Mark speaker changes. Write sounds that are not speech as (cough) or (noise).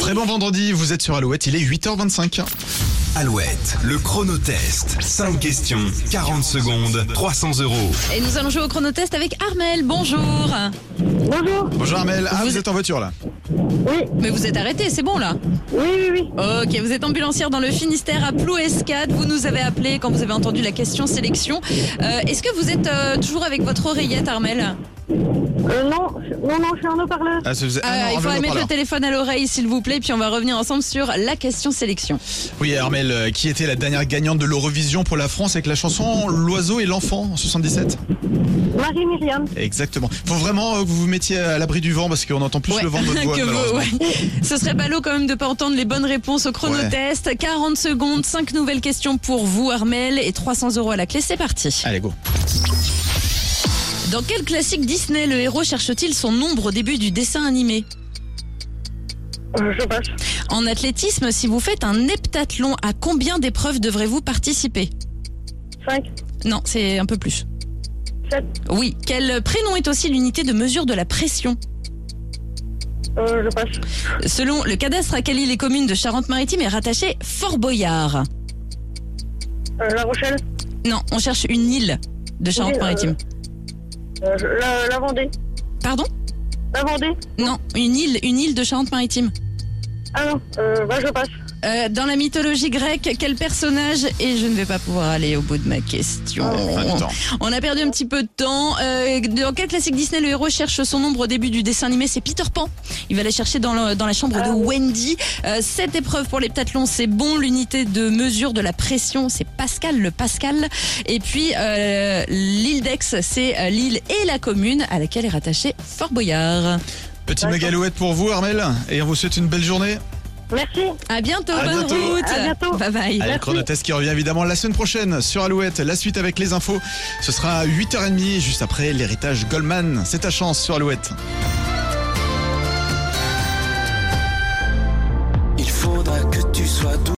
Speaker 1: Très bon vendredi, vous êtes sur Alouette, il est 8h25.
Speaker 2: Alouette, le chronotest. 5 questions, 40 secondes, 300 euros.
Speaker 3: Et nous allons jouer au chronotest avec Armel. Bonjour.
Speaker 4: Bonjour.
Speaker 1: Bonjour Armel, ah,
Speaker 3: Vous
Speaker 1: vous
Speaker 3: êtes-
Speaker 1: êtes en voiture là
Speaker 4: Oui,
Speaker 3: Mais vous êtes arrêté, c'est bon là
Speaker 4: oui, oui, oui.
Speaker 3: Ok, vous êtes ambulancière dans le Finistère à Plouescat. Vous nous avez appelé quand vous avez entendu la question sélection. Euh, Est-ce que vous êtes euh, toujours avec votre oreillette, Armel
Speaker 4: Euh, non, non, non, je suis un haut-parleur.
Speaker 1: Ah, ça faisait- ah,
Speaker 3: Euh,
Speaker 1: non,
Speaker 3: Il
Speaker 1: enlevez
Speaker 3: faut
Speaker 1: le
Speaker 3: mettre le
Speaker 1: haut-parleur.
Speaker 3: téléphone à l'oreille, s'il vous plaît, puis on va revenir ensemble sur la question sélection.
Speaker 1: Oui Armel, euh, qui était la dernière gagnante de l'Eurovision pour la France avec la chanson L'oiseau et l'enfant en 77
Speaker 4: Marie Myriam.
Speaker 1: Exactement. Faut vraiment euh, que vous vous mettiez à l'abri du vent parce qu'on entend plus
Speaker 3: Ouais, (laughs)
Speaker 1: le vent de votre voix.
Speaker 3: que vous-
Speaker 1: malheureusement.
Speaker 3: ouais. Ce serait ballot quand même de pas entendre les bonnes réponses au chronotest. 40 secondes, 5 nouvelles questions pour vous, Armel, et 300 euros à la clé. C'est parti.
Speaker 1: Allez go.
Speaker 3: Dans quel classique Disney le héros cherche-t-il son ombre au début du dessin animé
Speaker 4: Euh, je passe.
Speaker 3: En athlétisme, si vous faites un heptathlon, à combien d'épreuves devrez-vous participer
Speaker 4: 5,
Speaker 3: Non, c'est un peu plus.
Speaker 4: 7,
Speaker 3: Oui. Quel prénom est aussi l'unité de mesure de la pression
Speaker 4: euh, je passe.
Speaker 3: Selon le cadastre, à quelle île les communes de Charente-Maritime est rattaché Fort Boyard
Speaker 4: Euh, la Rochelle.
Speaker 3: Non, on cherche une île de Charente-Maritime.
Speaker 4: Euh, je- la, la Vendée.
Speaker 3: Pardon
Speaker 4: La Vendée.
Speaker 3: Non, une île, une île de Charente-Maritime.
Speaker 4: Ah non, euh, bah, je passe.
Speaker 3: Euh, dans la mythologie grecque, quel personnage Et je ne vais pas pouvoir aller au bout de ma question.
Speaker 1: Ah, du temps.
Speaker 3: On a perdu un petit peu de temps. Euh, dans quel classique Disney le héros cherche son ombre au début du dessin animé C'est Peter Pan. Il va la chercher dans, le- dans la chambre de
Speaker 4: Ah oui.
Speaker 3: Wendy. Euh, cette épreuve pour les ptathlons, c'est bon. L'unité de mesure de la pression, c'est Pascal, le Pascal. Et puis euh, l'île d'Aix, c'est euh, l'île et la commune à laquelle est rattaché Fort Boyard.
Speaker 1: Petit mégalouette pour vous Armel et on vous souhaite une belle journée.
Speaker 4: Merci.
Speaker 3: À bientôt,
Speaker 1: À
Speaker 3: bonne
Speaker 1: bientôt.
Speaker 3: route.
Speaker 4: À bientôt.
Speaker 3: Bye bye.
Speaker 1: Allez, le
Speaker 4: Merci.
Speaker 1: chronotest qui revient évidemment la semaine prochaine sur Alouette. La suite avec les infos, ce sera à 8h30 juste après l'héritage Goldman. C'est ta chance sur Alouette.